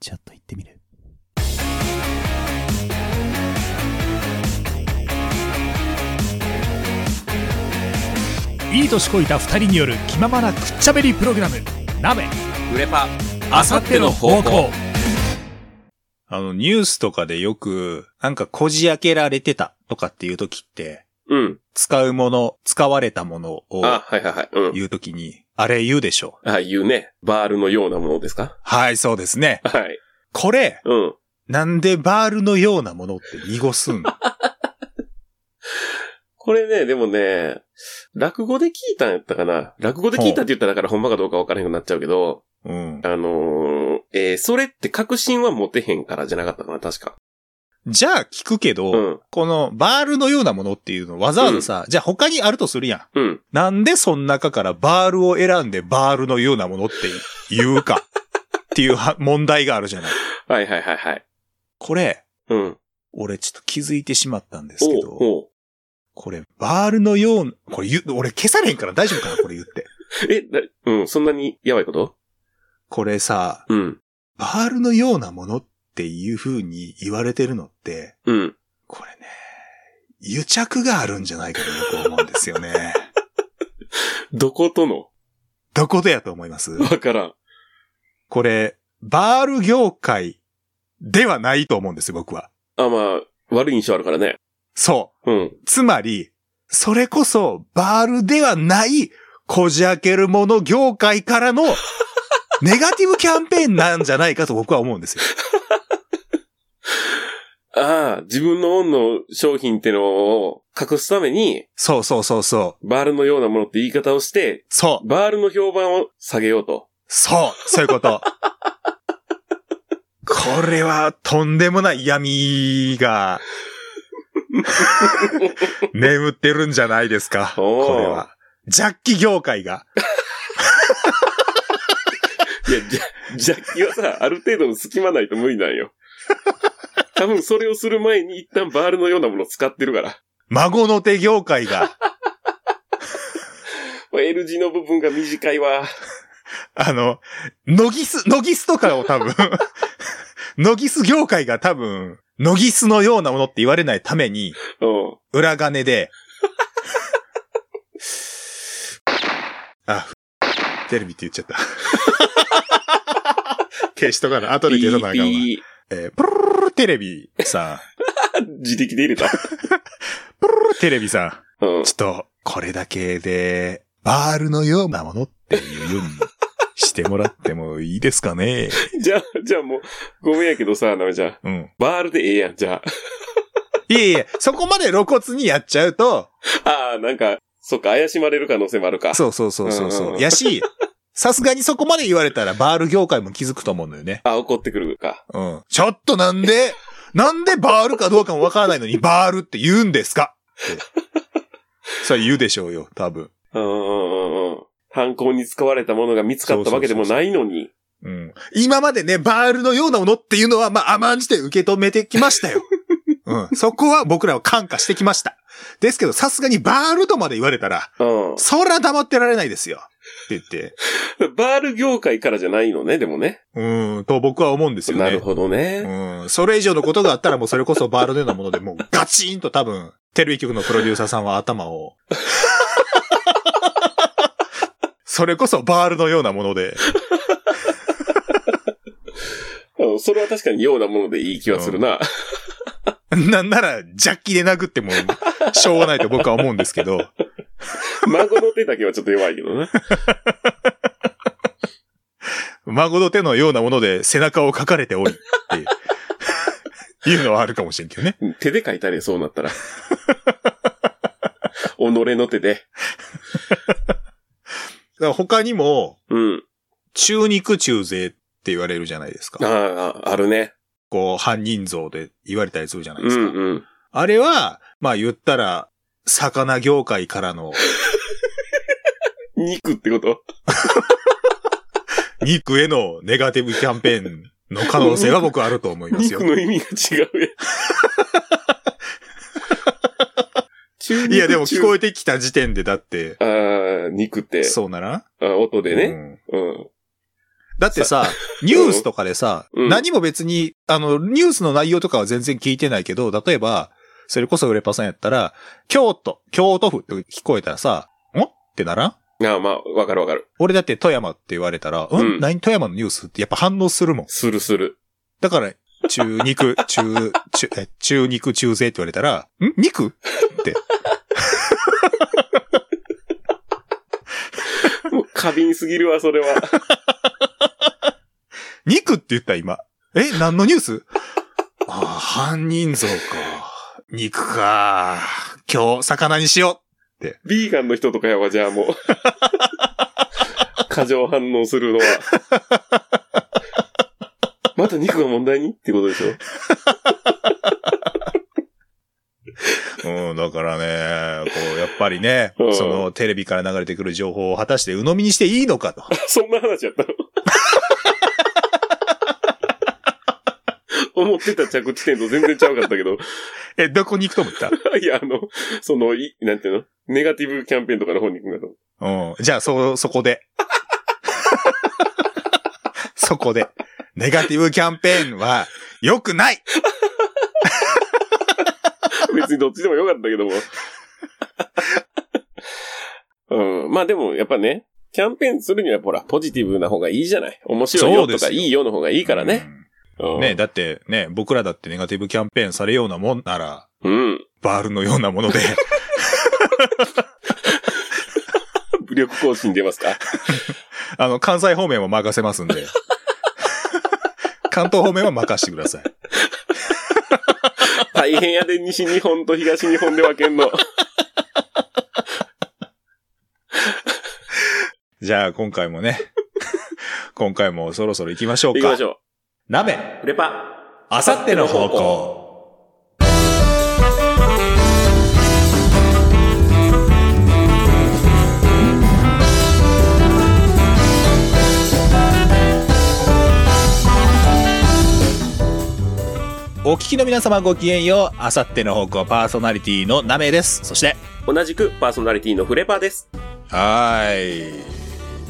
ちらっと行ってみる。いい年こいた二人による気ままなくっちゃべりプログラム、鍋、売れパあさっての方向。あの、ニュースとかでよく、なんかこじ開けられてたとかっていう時って、うん。使うもの、使われたものをあ、はいはいはい。うん。言う時に、あれ言うでしょ。あ、言うね。バールのようなものですかはい、そうですね。はい。これ、うん。なんでバールのようなものって濁 すんこれね、でもね、落語で聞いたんやったかな。落語で聞いたって言ったらだからほんまかどうかわからへんくなっちゃうけど、うん。あのー、えーそれって確信は持てへんからじゃなかったかな、確か。じゃあ聞くけど、うん。このバールのようなものっていうのわざわざさ、じゃあ他にあるとするやん。うん。なんでその中からバールを選んでバールのようなものって言うかっていうは問題があるじゃない。はいはいはいはい。これ、うん。俺ちょっと気づいてしまったんですけおど、うおうこれバールのような、これ言う、俺消されへんから大丈夫かなこれ言って。 え、なうん、そんなにやばいことこれさ、うん。バールのようなものっていう風に言われてるのって、うん。これね、癒着があるんじゃないかと僕は思うんです よね。どことのどこでやと思いますわからん。これ、バール業界ではないと思うんですよ、僕は。あ、まあ、悪い印象あるからね。そうん。う。つまり、それこそ、バールではない、こじ開けるもの業界か らの、ネガティブキャンペーンなんじゃないかと僕は思うんですよ。ああ、自分の恩の商品ってのを隠すために、そうそうそうそう。バールのようなものって言い方をして、そう。バールの評判を下げようと。そう。そういうこと。これは、とんでもない闇が、眠ってるんじゃないですか。おーこれは。ジャッキ業界が。いや、じゃ、ジャッキはさ、ある程度の隙間ないと無理なん よ。多分それをする前に一旦バールのようなものを使ってるから。孫の手業界が、まあ L 字の部分が短いわ。あの、ノギス、ノギスとかを多分、 ノギス業界が多分、ノギスのようなものって言われないために、うん。裏金で、あ、ふテレビって言っちゃった。消しとかな。後で消さなあかんわ。ピーえー、プルルルルテレビさん、ピー自力で入れた。プルルルルテレビさん。うん。ちょっと、これだけで、バールのようなものっていうようにしてもらってもいいですかね。じゃあ、じゃあもう、ごめんやけどさ、なめちゃん。うん。バールでええやん、じゃいえいえ、そこまで露骨にやっちゃうと、あ。ああ、なんか、そっか、怪しまれる可能性もあるか。そうそうそうそううんうんそうう。んやし、さすがにそこまで言われたらバール業界も気づくと思うんだよね。あ、怒ってくるか。うん。ちょっとなんで、なんでバールかどうかもわからないのにバールって言うんですかってそれ言うでしょうよ、多分。うんうんうんうん。犯行に使われたものが見つかったわけでもないのに。うん。今までね、バールのようなものっていうのは、まあ、甘んじて受け止めてきましたよ。うん。そこは僕らは感化してきました。ですけど、さすがにバールとまで言われたら、うん。そら黙ってられないですよ。って言って。バール業界からじゃないのね、でもね。うん、と僕は思うんですよね。なるほどね。うん。それ以上のことがあったらもうそれこそバールのようなもので、もうガチンと多分、テレビ局のプロデューサーさんは頭 を。それこそバールのようなもので。うんそれは確かにようなものでいい気はするな。なんなら、ジャッキで殴っても、しょうがないと僕は思うんですけど。孫の手だけはちょっと弱いけどね。孫の手のようなもので背中を書かれておりっていういうのはあるかもしれんけどね。うん手で書いたり、そうな ったら。己の手で。だから他にも、うん。中肉中背って言われるじゃないですあか。ああ、あるね。こう、犯人像で言われたりするじゃないうですか。んうん。あれは、まあ言ったら、魚業界か らの肉ってこと肉へのネガティブキャンペーンの可能性は僕はあると思いますよ肉。の意味が違う やん。中肉いやでも聞こえてきた時点でだって、ああ、肉って、そうならんあ音でね。うんうん。だって さ、ニュースとかでさ、うん何も別に、あの、ニュースの内容とかは全然聞いてないけど、例えば、それこそウレパさんやったら、京都、京都府って聞こえたらさ、んってならんああ、まあ、わかるわかる。俺だって富山って言われたら、うん、うん何富山のニュースってやっぱ反応するもん。するする。だから、中 肉、中、中、え中肉、中背って言われたら、ん肉って。もう過敏すぎるわ、それは。肉って言った今。え何のニュースああ、犯人像か。肉か。今日、魚にしよビーガンの人とかやわ、じゃあもう。過剰反応するのは。また肉が問題にってことでしょう。うん、だからね、こう、やっぱりね、うんその、テレビから流れてくる情報を果たして鵜呑みにしていいのかと。そんな話やったの思ってた着地点と全然ちゃうかったけど。え、どこに行くと思ったいや、あの、その、い、なんていうのネガティブキャンペーンとかの方に行くんだと。うん。じゃあ、そ、そこで。 そこで。ネガティブキャンペーンは良くない 別にどっちでもよかったけ ども。うん。まあでも、やっぱね、キャンペーンするには、ほら、ポジティブな方がいいじゃない。面白いそようでとすよか、いいよの方がいいからね。うん。ねだってね、僕らだってネガティブキャンペーンされようなもんなら、うん。うん。バールのような もので、武力行使に出ますかあの、関西方面は任せますんで。関東方面は任してください。大変やで、西日本と東日本で分けんの。じゃあ、今回もね、今回もそろそろ行きましょう行か。きましょなめ、う。フレパ。あさっての方向。お聞きの皆様ごきげんよう。あさっての方向パーソナリティのなめです。そして、同じくパーソナリティのフレパです。はーい。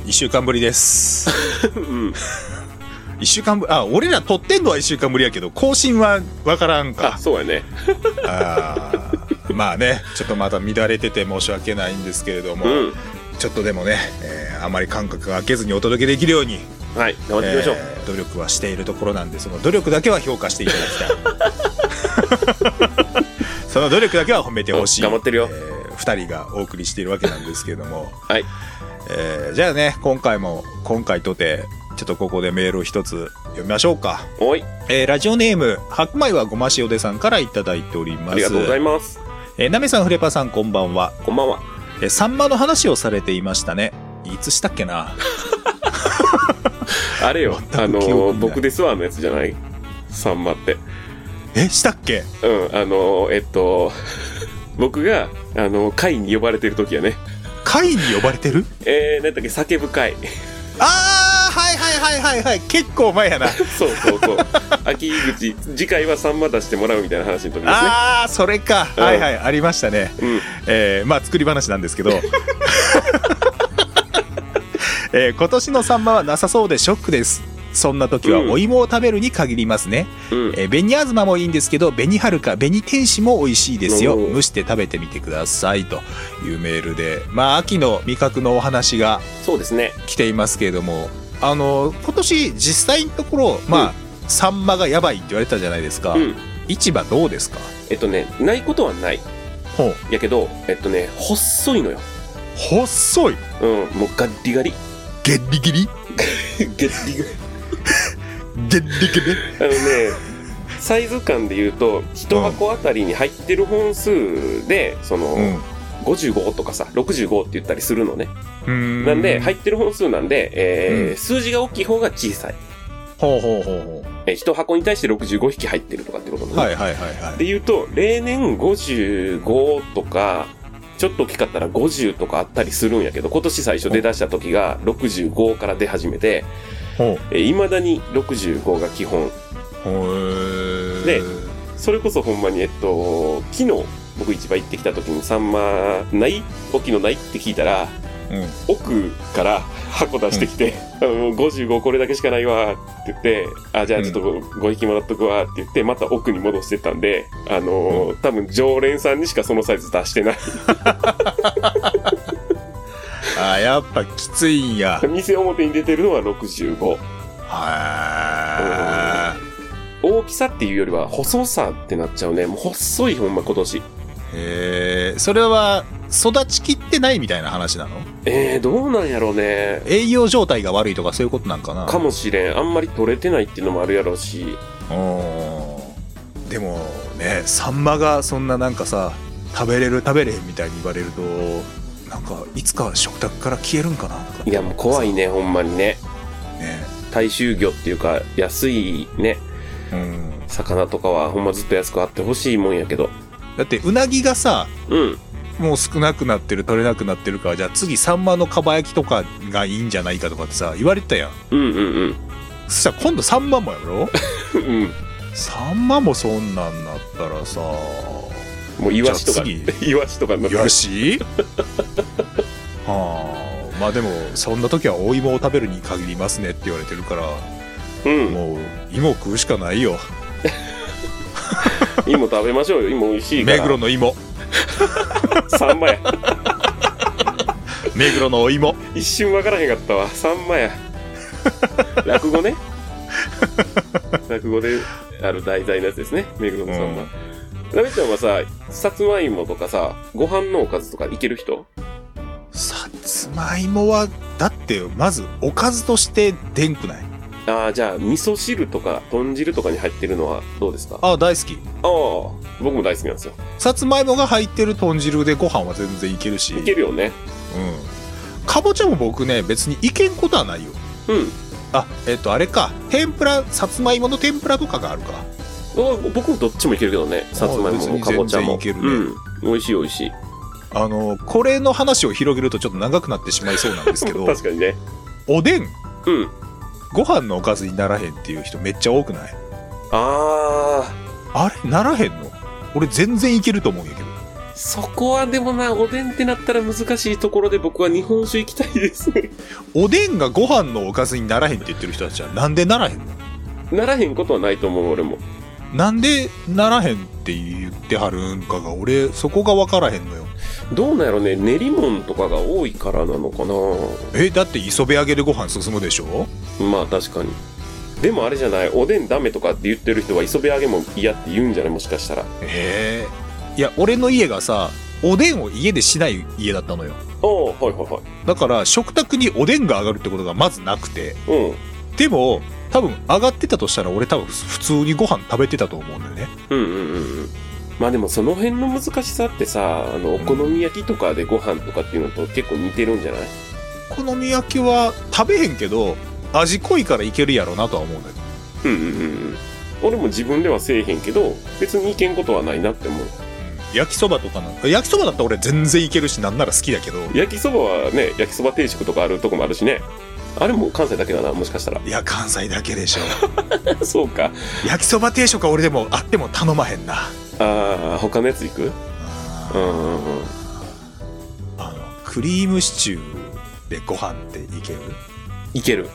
一週間ぶりです。うん。一週間ぶり、あ、俺ら撮ってんのは一週間ぶりやけど、更新はわからんかあ、。そうやね。あーまあねちょっとまた乱れてて申し訳ないんですけれども、うん。ちょっとでもね、えーあまり間隔が空けずにお届けできるように、はい。頑張っていきましょう。えー努力はしているところなんでその努力だけは評価していただ きたいその努力だけは褒めてほしい、うん頑張ってるよえー二人がお送りしているわけなんですけれども、はいえーじゃあね今回も今回とてちょっとここでメールを一つ読みましょうか、おい。えーラジオネーム白米はごま塩でさんからいただいておりますありがとうございます。えー、なめさん、フレパさん、こんばんは。こんばんは。えー、サンマの話をされていましたね。いつしたっけなあれよ全、くあの記憶にないー、僕ですわのやつじゃないサンマって。 え、したっけうん、あのー、えっと、 僕が、あのー、会に呼ばれてる時やね。会に呼ばれてるえー、なんだっけ、叫ぶ会。あー、はいはいはいはいはい。結構前 やな。そうそうそう。 秋口、次回はサンマ出してもらうみたいな話の時ですね。あー、それか。うんはいはい、ありましたね。うん。えー、まあ、作り話なんです けど。えー、今年のサンマはなさそうでショックです。そんな時はお芋を食べるに限りますね。うん。えー、紅あずまもいいんですけど紅はるか紅天使も美味しいですよおー蒸して食べてみてくださいというメールでまあ秋の味覚のお話がそうですね。来ていますけれどもあの今年実際のところまあ、サンマがやばいって言われたじゃないですか、うん。市場どうですかえっとね、ないことはない。ほうやけど、えっとね、細いのよ。細いうん、もうガッリガリ。ゲッリギリゲッ リガリ。ゲッリギリあのね、サイズ感で言うと、一箱あたりに入ってる本数で、その、うん55とかさ、65って言ったりするのね。うーんなんで、入ってる本数なんで、えーうん数字が大きい方が小さい。ほうほうほうほえー、一箱に対して65匹入ってるとかってことなうのね。はいはいはいはいで言うと、例年55とか、ちょっと大きかったら50とかあったりするんやけど、今年最初出だした時が65から出始めて、ほうえー、未だに65が基本。ほうでそれこそほんまに、えっと、昨日、僕市場行ってきた時にサンマない大きいのないって聞いたら、うん奥から箱出してきて、あ もう55これだけしかないわって言って、あ、じゃあちょっとご,、引きもらっとくわって言って、また奥に戻してったんで、あのー多分常連さんにしかそのサイズ出してない。 あーやっぱきついんや。店表に出てるのは65。は大きさっていうよりは細さってなっちゃうね。もう細いほんま今年。い。へえ、それは育ちきってないみたいな話なのえー、どうなんやろうね。栄養状態が悪いとかそういうことなんかなかもしれん。あんまり取れてないっていうのもあるやろうし。うんでもねサンマがそんななんかさ食べれる食べれへんみたいに言われるとなんかいつか食卓から消えるんかなとかいや、もう怖いね、ほんまにね。ね大衆魚っていうか、安いね、うん魚とかはほんまずっと安くあってほしいもんやけど。だってうなぎがさうん。もう少なくなってる取れなくなってるからじゃあ次サンマのかば焼きとかがいいんじゃないかとかってさ言われてたやんうんうんうん。そしたら今度サンマもやろうん。サンマもそんなんなったらさもうイワシとか、じゃあイワシとかになってるよ しはあまあでもそんな時はお芋を食べるに限りますねって言われてるからうん。もう芋を食うしかないよ芋食べましょうよ。芋美味しいから。目黒の芋サンマや。目黒のお芋一瞬わからへんかったわ。サンマや。落 語ね。落語である題材のやつですね。目黒のサンマ。うんラベちゃんはさ、さつまいもとかさ、ご飯のおかずとかいける人さつまいもはだってまずおかずとしてでんくないああ、じゃあ、味噌汁とか豚汁とかに入ってるのはどうですかあああ大好きあー、僕も大好きなんですよ。さつまいもが入ってる豚汁でご飯は全然いけるしいけるよね。うんかぼちゃも僕ね別にいけんことはないようん。あえっ、とあれか天ぷらさつまいもの天ぷらとかがあるかお僕もどっちもいけるけどね。さつまいももかぼちゃも。別に全然いけるねうん。美味しい美味しい。あのこれの話を広げるとちょっと長くなってしまいそうなんですけ ど確かにね。おでんうん。ご飯のおかずにならへんっていう人めっちゃ多くないああれならへんの俺全然いけると思うんやけどあ、そこはでもな、おでんってなったら難しいところで僕は日本酒行きたいです ね。おでんがご飯のおかずにならへんって言ってる人たちはなんでならへんのならへんことはないと思う、俺も。なんでならへんって言ってはるんかが俺そこが分からへんのよどうなんやろね、練り物とかが多いからなのかえだって磯辺揚げでご飯進むでしょなまあ確かに。でもあれじゃない、おでんダメとかって言ってる人は磯辺揚げも嫌って言うんじゃないもしかしたら。ええいや俺の家がさおでんを家でしない家だったのよおーはいはいだから食卓におでんが上がるってことがまずなくてはい。うん。でも多分上がってたとしたら俺多分普通にご飯食べてたと思うんだよねうんうんうんうん。まあでもその辺の難しさってさ、あの、お好み焼きとかでご飯とかっていうのと結構似てるんじゃないお好み焼きは食べへんけど味濃いからいけるやろなとは思うんだようんうんうんうん。俺も自分ではせえへんけど、別にいけんことはないなって思う。焼きそばとかなんか焼きそばだったら俺全然いけるしなんなら好きだけど焼きそばはね、焼きそば定食とかあるとこもあるしね。あれも関西だけだな、もしかしたら。いや関西だけでしょ そうか。焼きそば定食は俺でもあっても頼まへんなああ、他のやつ行くあうーんうんうん。あのクリームシチューでご飯っていけるいける。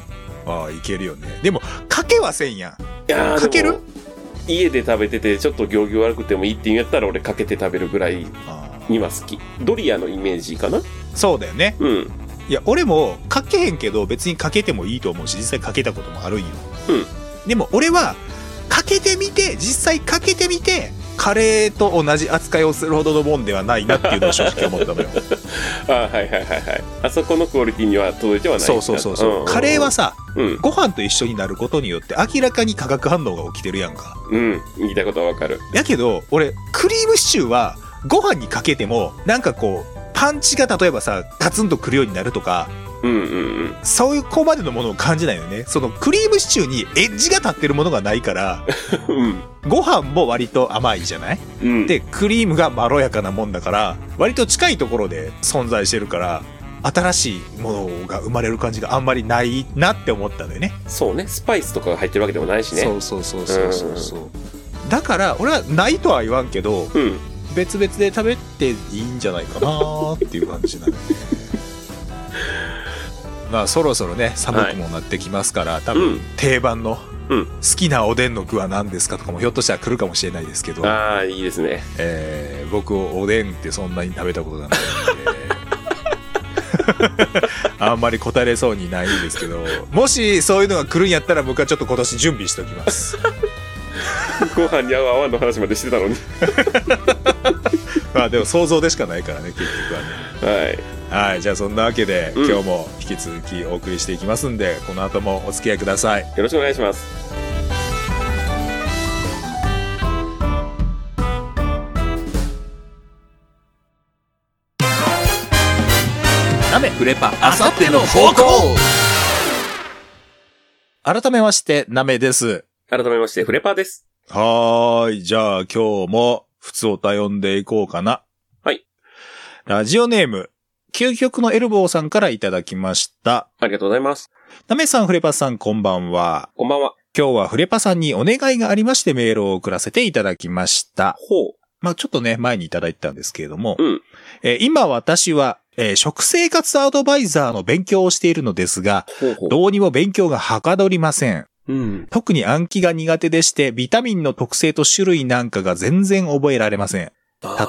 ああいけるよねでもかけはせんやんいやーかけるでも家で食べてて、ちょっと行儀悪くてもいいって言うんやったら俺かけて食べるぐらいあーには好き。ドリアのイメージかなそうだよねうん。うんいや俺もかけへんけど別にかけてもいいと思うし実際かけたこともあるんよ、でも俺はかけてみて実際かけてみてカレーと同じ扱いをするほどのもんではないなっていうのを正直思った のよあーはいはいはいはい。あそこのクオリティには届いてはない。そうそうそうそう、んんんカレーは、さうん。ご飯と一緒になることによって明らかに化学反応が起きてるやんかうん。言いたいことはわかる。やけど俺クリームシチューはご飯にかけてもなんかこうパンチが例えばさガツンとくるようになるとかうんうんうん。そういうこまでのものを感じないよねそのクリームシチューにエッジが立ってるものがないからうん。ご飯も割と甘いじゃないうん。でクリームがまろやかなもんだから割と近いところで存在してるから新しいものが生まれる感じがあんまりないなって思ったんだよねそうね。スパイスとかが入ってるわけでもないしね。そうそうそうそうそうそうだから俺はないとは言わんけどうん。別々で食べていいんじゃないかなっていう感じなのよね まあそろそろね寒くもなってきますから、多分うん定番の、うん好きなおでんの具は何ですかとかもひょっとしたら来るかもしれないですけど、ああ、いいですね。 えー僕おでんってそんなに食べたことがないのであんまり答えれそうにないんですけどもしそういうのが来るんやったら僕はちょっと今年準備しておきますご飯に合う合わんの話までしてたのに。 まあでも想像でしかないからね結局はねはい。はいじゃあそんなわけで、うん今日も引き続きお送りしていきますんでこの後もお付き合いくださいよろしくお願いします。フレパあさっての方向改めましてなめです改めまして、フレパーです。はーい。じゃあ今日も、普通おた読んでいこうかな。はい。ラジオネーム、究極のエルボーさんからいただきました。ありがとうございます。なめさん、フレパさん、こんばんは。こんばんは。今日はフレパさんにお願いがありましてメールを送らせていただきました。ほまあちょっとね、前にいただいたんですけれども、うんえー今私は、えー食生活アドバイザーの勉強をしているのですが、う。ほうほう。どうにも勉強がはかどりません。うん。特に暗記が苦手でして、ビタミンの特性と種類なんかが全然覚えられません。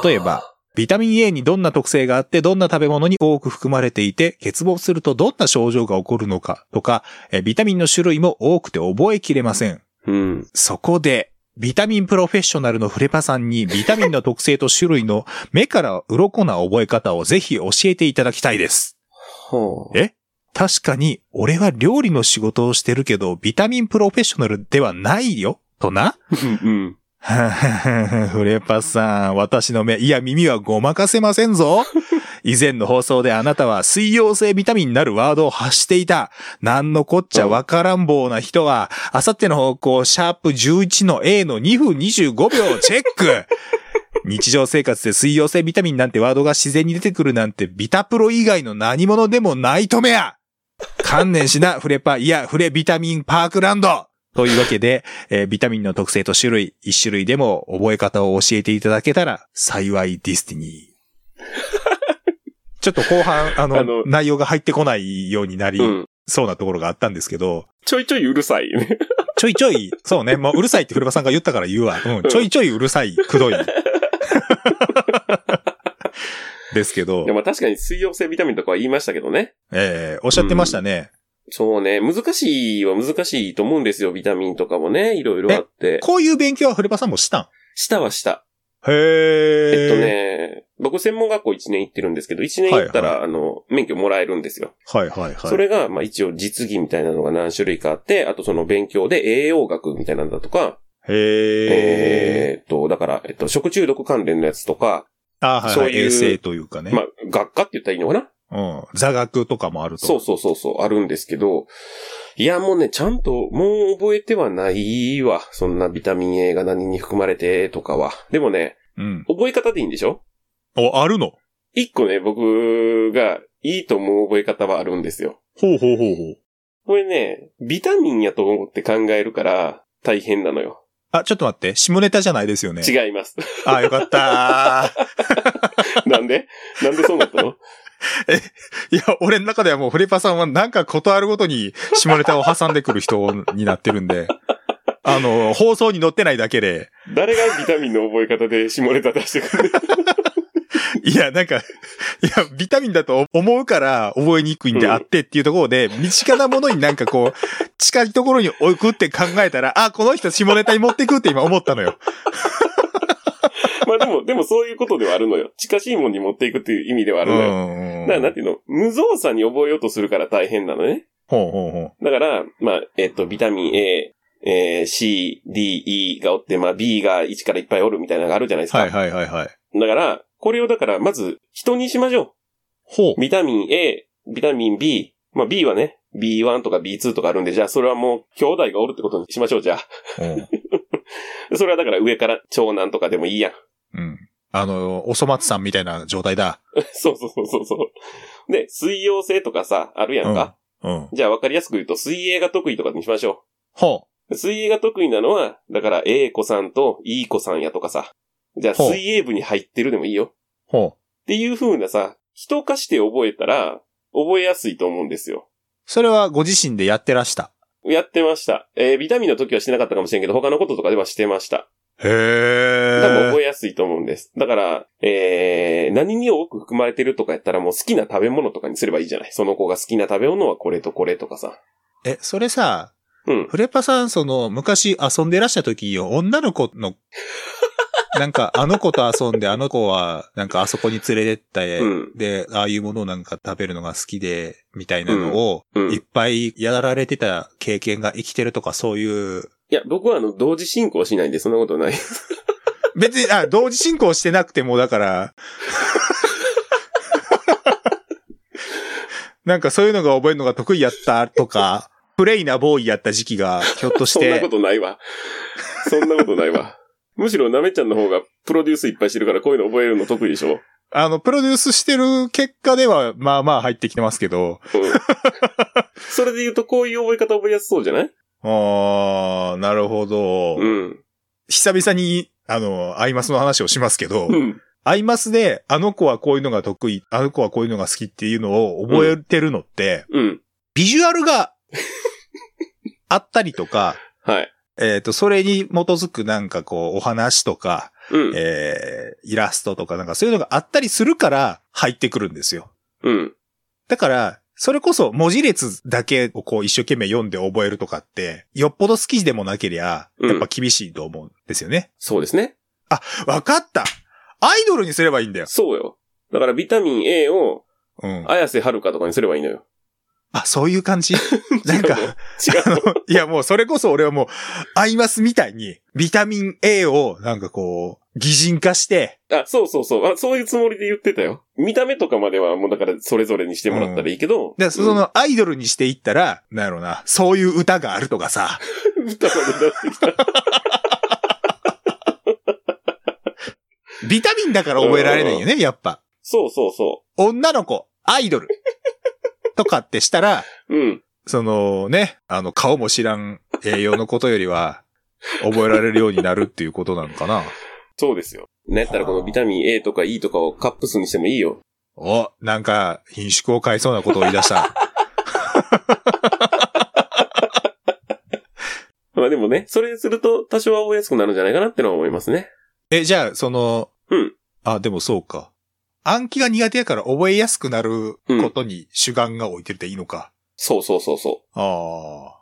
例えば、ビタミン A にどんな特性があって、どんな食べ物に多く含まれていて、欠乏するとどんな症状が起こるのかとか、えビタミンの種類も多くて覚えきれません。うん。そこで、ビタミンプロフェッショナルのフレパさんに、ビタミンの特性と種類の目から鱗な覚え方をぜひ教えていただきたいです。ほう。え確かに、俺は料理の仕事をしてるけど、ビタミンプロフェッショナルではないよ、とな。 うん。フレパさん、私の目、いや耳はごまかせませんぞ。以前の放送であなたは水溶性ビタミンになるワードを発していた。なんのこっちゃわからんぼうな人は、あさっての方向、シャープ11の A の2分25秒をチェッ ク。日常生活で水溶性ビタミンなんてワードが自然に出てくるなんて、ビタプロ以外の何者でもないとめや観念しな、フレパ、いや、フレビタミンパークランドというわけで、えービタミンの特性と種類、一種類でも覚え方を教えていただけたら、幸いディスティニー。 ちょっと後半、あの、あの内容が入ってこないようになり、うん。そうなところがあったんですけど、ちょいちょいうるさいね。ちょいちょい、そうね、もううるさいって古場さんが言ったから言うわ。うん、ちょいちょいうるさい、く どい。ですけ どいや、まあ確かに水溶性ビタミンとかは言いましたけどね。えーおっしゃってましたね。そうね。難しいは難しいと思うんですよ。ビタミンとかもね。いろいろあって。こういう勉強は古場さんもした下は下。んへーえっと。ね、僕専門学校1年行ってるんですけど、1年行ったら、はいあの、免許もらえるんですよ。はいはいはい。それが、まあ一応実技みたいなのが何種類かあって、あとその勉強で栄養学みたいなんだとか、へえ。えーっと、だから、えっと、食中毒関連のやつとか、あはい、そはうい、いう衛生というかね。まあ、学科って言ったらいいのかなうん。座学とかもあると。そうそうそうそう、あるんですけど、いや、もうね、ちゃんと、もう覚えてはないわ。そんなビタミン A が何に含まれてとかは。でもね、う。うん。覚え方でいいんでしょお、あるの一個ね、僕がいいと思う覚え方はあるんですよ。ほうほうほうほう。これね、ビタミンやと思って考えるから、大変なのよ。あ、ちょっと待って。下ネタじゃないですよね。う。違います。 あ、よかったー。なんでなんでそうなったのいや、俺の中ではもうフレパさんはなんかことあるごとに下ネタを挟んでくる人になってるんで。あの、放送に載ってないだけで。誰がビタミンの覚え方で下ネタ出してくる いや、なんか、いや、ビタミンだと思うから覚えにくいんであってっていうところで、身近なものになんかこう、近いところに置くって考えたら、あ、この人下ネタに持ってくって今思ったのよ。まあでも、でもそういうことではあるのよ。近しいもんに持っていくっていう意味ではあるのよ。うだから、なんていうの無造作に覚えようとするから大変なのね。ほうほうほう。だから、まあ、えっと、ビタミン A、えー C、D、E がおって、まあ、B が1からいっぱいおるみたいなのがあるじゃないですか。はいはいはいはい。だから、これをだから、まず、人にしましょほうう。。ビタミン A、ビタミン B、まあ、B はね、B1 とか B2 とかあるんで、じゃあ、それはもう、兄弟がおるってことにしましょう、じゃあ。 うんそれはだから、上から長男とかでもいいやん。 うん。あの、おそ松さんみたいな状態だ。そうそうそうそうそう。で、水溶性とかさ、あるやんか。うん。じゃあ分かりやすく言うと、水泳が得意とかにしましょほう。水泳が得意なのは、だから A 子さんと E 子さんやとかさ。じゃあほう水泳部に入ってるでもいいよ。っう。ほていう風なさ、人化して覚えたら、覚えやすいと思うんですよ。それはご自身でやってらした。やってました。えービタミンの時はしてなかったかもしれんけど、他のこととかではしてました。へ多分え。覚えやすいと思うんです。だから、えー、何に多く含まれてるとかやったらもう好きな食べ物とかにすればいいじゃないその子が好きな食べ物はこれとこれとかさ。え、それさ、うん。フレパさん、その、昔遊んでらした時よ、女の子 の、なんか、あの子と遊んで、あの子は、なんか、あそこに連れてって、うんで、ああいうものをなんか食べるのが好きで、みたいなのを、うんうんいっぱいやられてた経験が生きてるとか、そういう、いや、僕はあの、同時進行しないんで、そんなことない。別に、あ、同時進行してなくても、だから、なんかそういうのが覚えるのが得意やったとか、プレイなボーイやった時期が、ひょっとしそんなこて、とないわ。そんなことない わ。むしろ、なめちゃんの方がプロデュースいっぱいしてるから、こういうの覚えるの得意でし ょ。あの、プロデュースしてる結果では、まあまあ入ってきてますけど、うん。それで言うと、こういう覚え方覚えやすそうじゃないあー、なるほど。うん。久々に、あの、アイマスの話をしますけど、うん。アイマスで、あの子はこういうのが得意、あの子はこういうのが好きっていうのを覚えてるのって、うん。ビジュアルがあったりとか、はい。えっ、と、それに基づくなんかこう、お話とか、うん。えーイラストとかなんかそういうのがあったりするから入ってくるんですよ。うん。だから、それこそ文字列だけをこう一生懸命読んで覚えるとかって、よっぽど好きでもなけりゃ、うんやっぱ厳しいと思うんですよね。そうですね。わ、かったアイドルにすればいいんだよ。そうよ。だから、ビタミン A を、うん。綾瀬はるかとかにすればいいのよ。あ、そういう 感じなんか、違うあの。違うの、 いやもうそれこそ俺はもう、アイマスみたいに、ビタミン A をなんかこう、擬人化して、の。あ、そうそうそう。あ、そういうつもりで言ってたよ。見た目とかまでは、もうだから、それぞれにしてもらったらいいけど。で、そのアイドルにしていったら、なんやろな、そういう歌があるとかさ、うん、 歌まで出してきた。ビタミンだから覚えられないよね、やっぱ。そうそうそ女の子、アイドル、とかってしたら、う。うん。そのね、あの、顔も知らん栄養のことよりは、覚えられるようになるっていうことなのかな。そうですよ。なんやったらこのビタミン A とか E とかをカップ数にしてもいいよ。お、なんか、品種を変えそうなことを言い出した。まあでもね、それすると多少は覚えやすくなるんじゃないかなってのは思いますね。え、じゃあ、その、うんあ、でもそうか。暗記が苦手やから覚えやすくなることに主眼が置いてるっていいのか。そうそうそうそああ。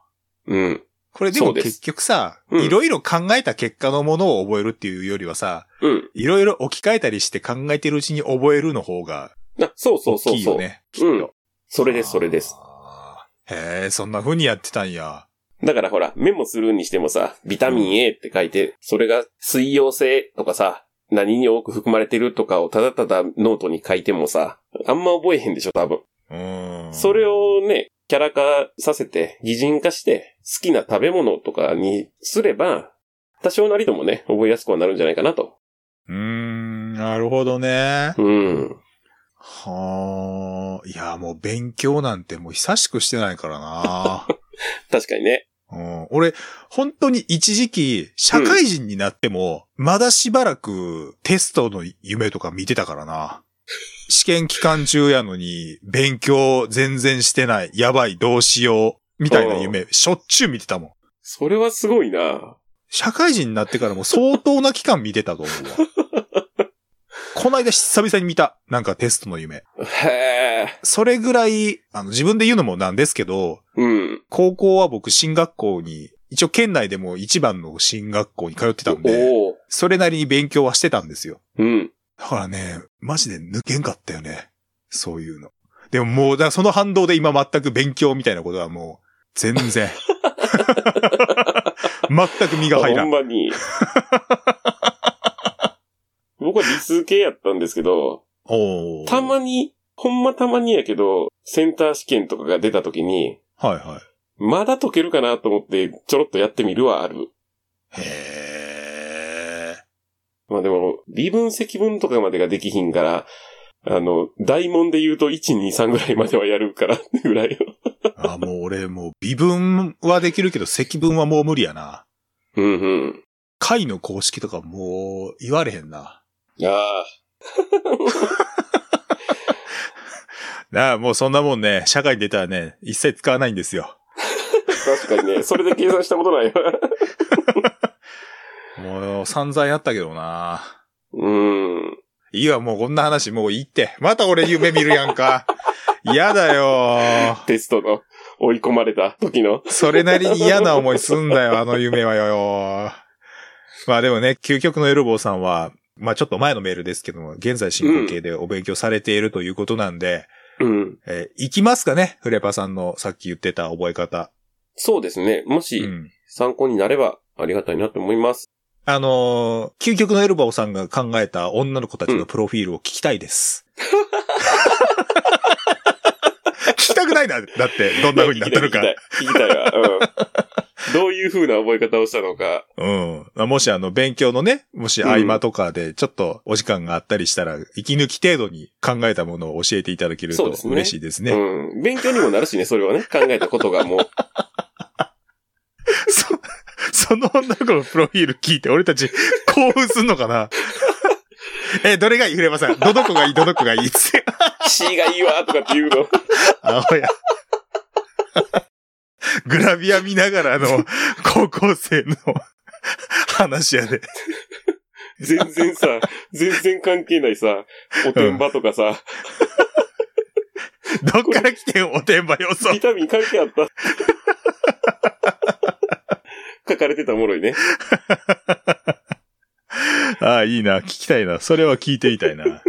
う。うん。これでそもうです結局さ、うんいろいろ考えた結果のものを覚えるっていうよりはさ、うん。いろいろ置き換えたりして考えてるうちに覚えるの方があそうそう大そうきいよそう。ね。うん。それです、それです。あー。へえ、そんな風にやってたんや。だからほら、メモするにしてもさ、ビタミン A って書いて、それが水溶性とかさ、何に多く含まれてるとかをただただノートに書いてもさ、あんま覚えへんでしょ、多分。うーん。それをね、キャラ化させて、擬人化して、好きな食べ物とかにすれば、多少なりともね、覚えやすくはなるんじゃないかなと。うーん、なるほどね。うん。はあ。いや、もう勉強なんてもう久しくしてないからな。確かにね。うん、俺、本当に一時期、社会人になっても、まだしばらくテストの夢とか見てたからな。試験期間中やのに、勉強全然してない、やばい、どうしよう、みたいな夢、しょっちゅう見てたもん。それはすごいな社会人になってからも相当な期間見てたと思うわ。この間久々に見た、なんかテストの夢。へえ。それぐらい、あの、自分で言うのもなんですけど、うん。高校は僕、進学校に、一応県内でも一番の進学校に通ってたんで、おお。それなりに勉強はしてたんですよ。うん。だからね、マジで抜けんかったよね。そういうの。でももう、だからその反動で今全く勉強みたいなことはもう、全然。全く身が入らほんん。まに。 僕は理数系やったんですけど、おーたまに、ほんまたまにやけど、センター試験とかが出た時に、はいはまだ解けるかなと思って、ちょろっとやってみるはある。い。へまあでも、微分積分とかまでができひんから、あの、大問で言うと1、2、3ぐらいまではやるからってぐらいよ。ー。あ、もう俺もう微分はできるけど積分はもう無理やな。うんうん。解の公式とかもう言われへんな。ああ、なあ、もうそんなもんね、社会に出たらね、一切使わないんですよ。確かにね、それで計算したことないよ。もう散々やったけどな。うーん。いいわ、もうこんな話もういいって。また俺夢見るやんか。 嫌だよ。テストの追い込まれた時の。それなりに嫌な思いすんだよ、あの夢はよ。まあでもね、究極のエルボーさんは、まあちょっと前のメールですけども、現在進行形でお勉強されているということなんで、うん。えー行きますかねフレパさんのさっき言ってた覚え方。そうですね。もうしん。参考になればありがたいなと思います。あのー究極のエルボーさんが考えた女の子たちのプロフィールを聞きたいです。聞きたくないな。だって、どんな風になってるか。聞きたい。聞きたいわ。うん。どういう風な覚え方をしたのか。うん。まあもしあの、勉強のね、もし合間とかで、ちょっとお時間があったりしたら、息抜き程度に考えたものを教えていただけるとそうですね嬉しいですね。うん。勉強にもなるしね、それはね。考えたことがもう。 そ、その女の子のプロフィール聞いて、俺たち興奮すんのかな え、どれがいいフレバさん。どの子がいいどの子がい いっつって。 C がいいわとかっていうの。あほや。グラビア見ながら の高校生の話やで。全然さ、全然関係ないさ、おてんばとかさ、どっから来てんおてんばよそ。ビタミン関係あった。書かれてたおもろいね。ああ、いいな。聞きたいな。それは聞いてみたいな。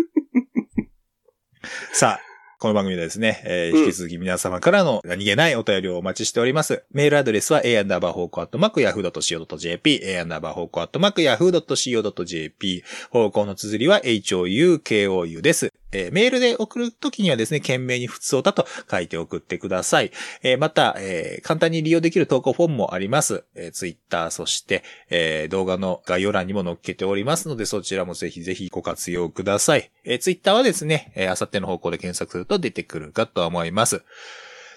さあ、この番組ではですね、えうーん引き続き皆様からの何気ないお便りをお待ちしております。メールアドレスは a アンダーバーホークアットマークヤフー .co.jp、a アンダーバーホークアットマークヤフー .co.jp、方向の綴りは houkou です。えーメールで送るときにはですね、懸命に普通だと書いて送ってください。えーまた、えー簡単に利用できる投稿フォームもあります。えー、Twitter、そして、えー動画の概要欄にも載っけておりますので、そちらもぜひぜひご活用ください。えー、Twitter はですね、えー、あさっての方向で検索すると出てくるかと思います。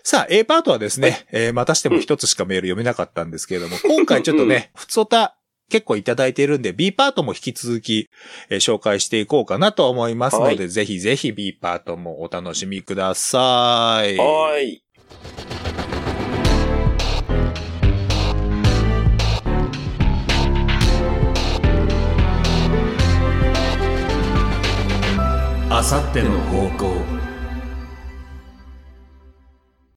さあ、A パートはですね、えーまたしても一つしかメール読めなかったんですけれども、今回ちょっとね、ふつおた結構いただいているんで、B パートも引き続き、えー紹介していこうかなと思いますので、はぜひぜひ B パートもお楽しみください。はーい。あさっての方向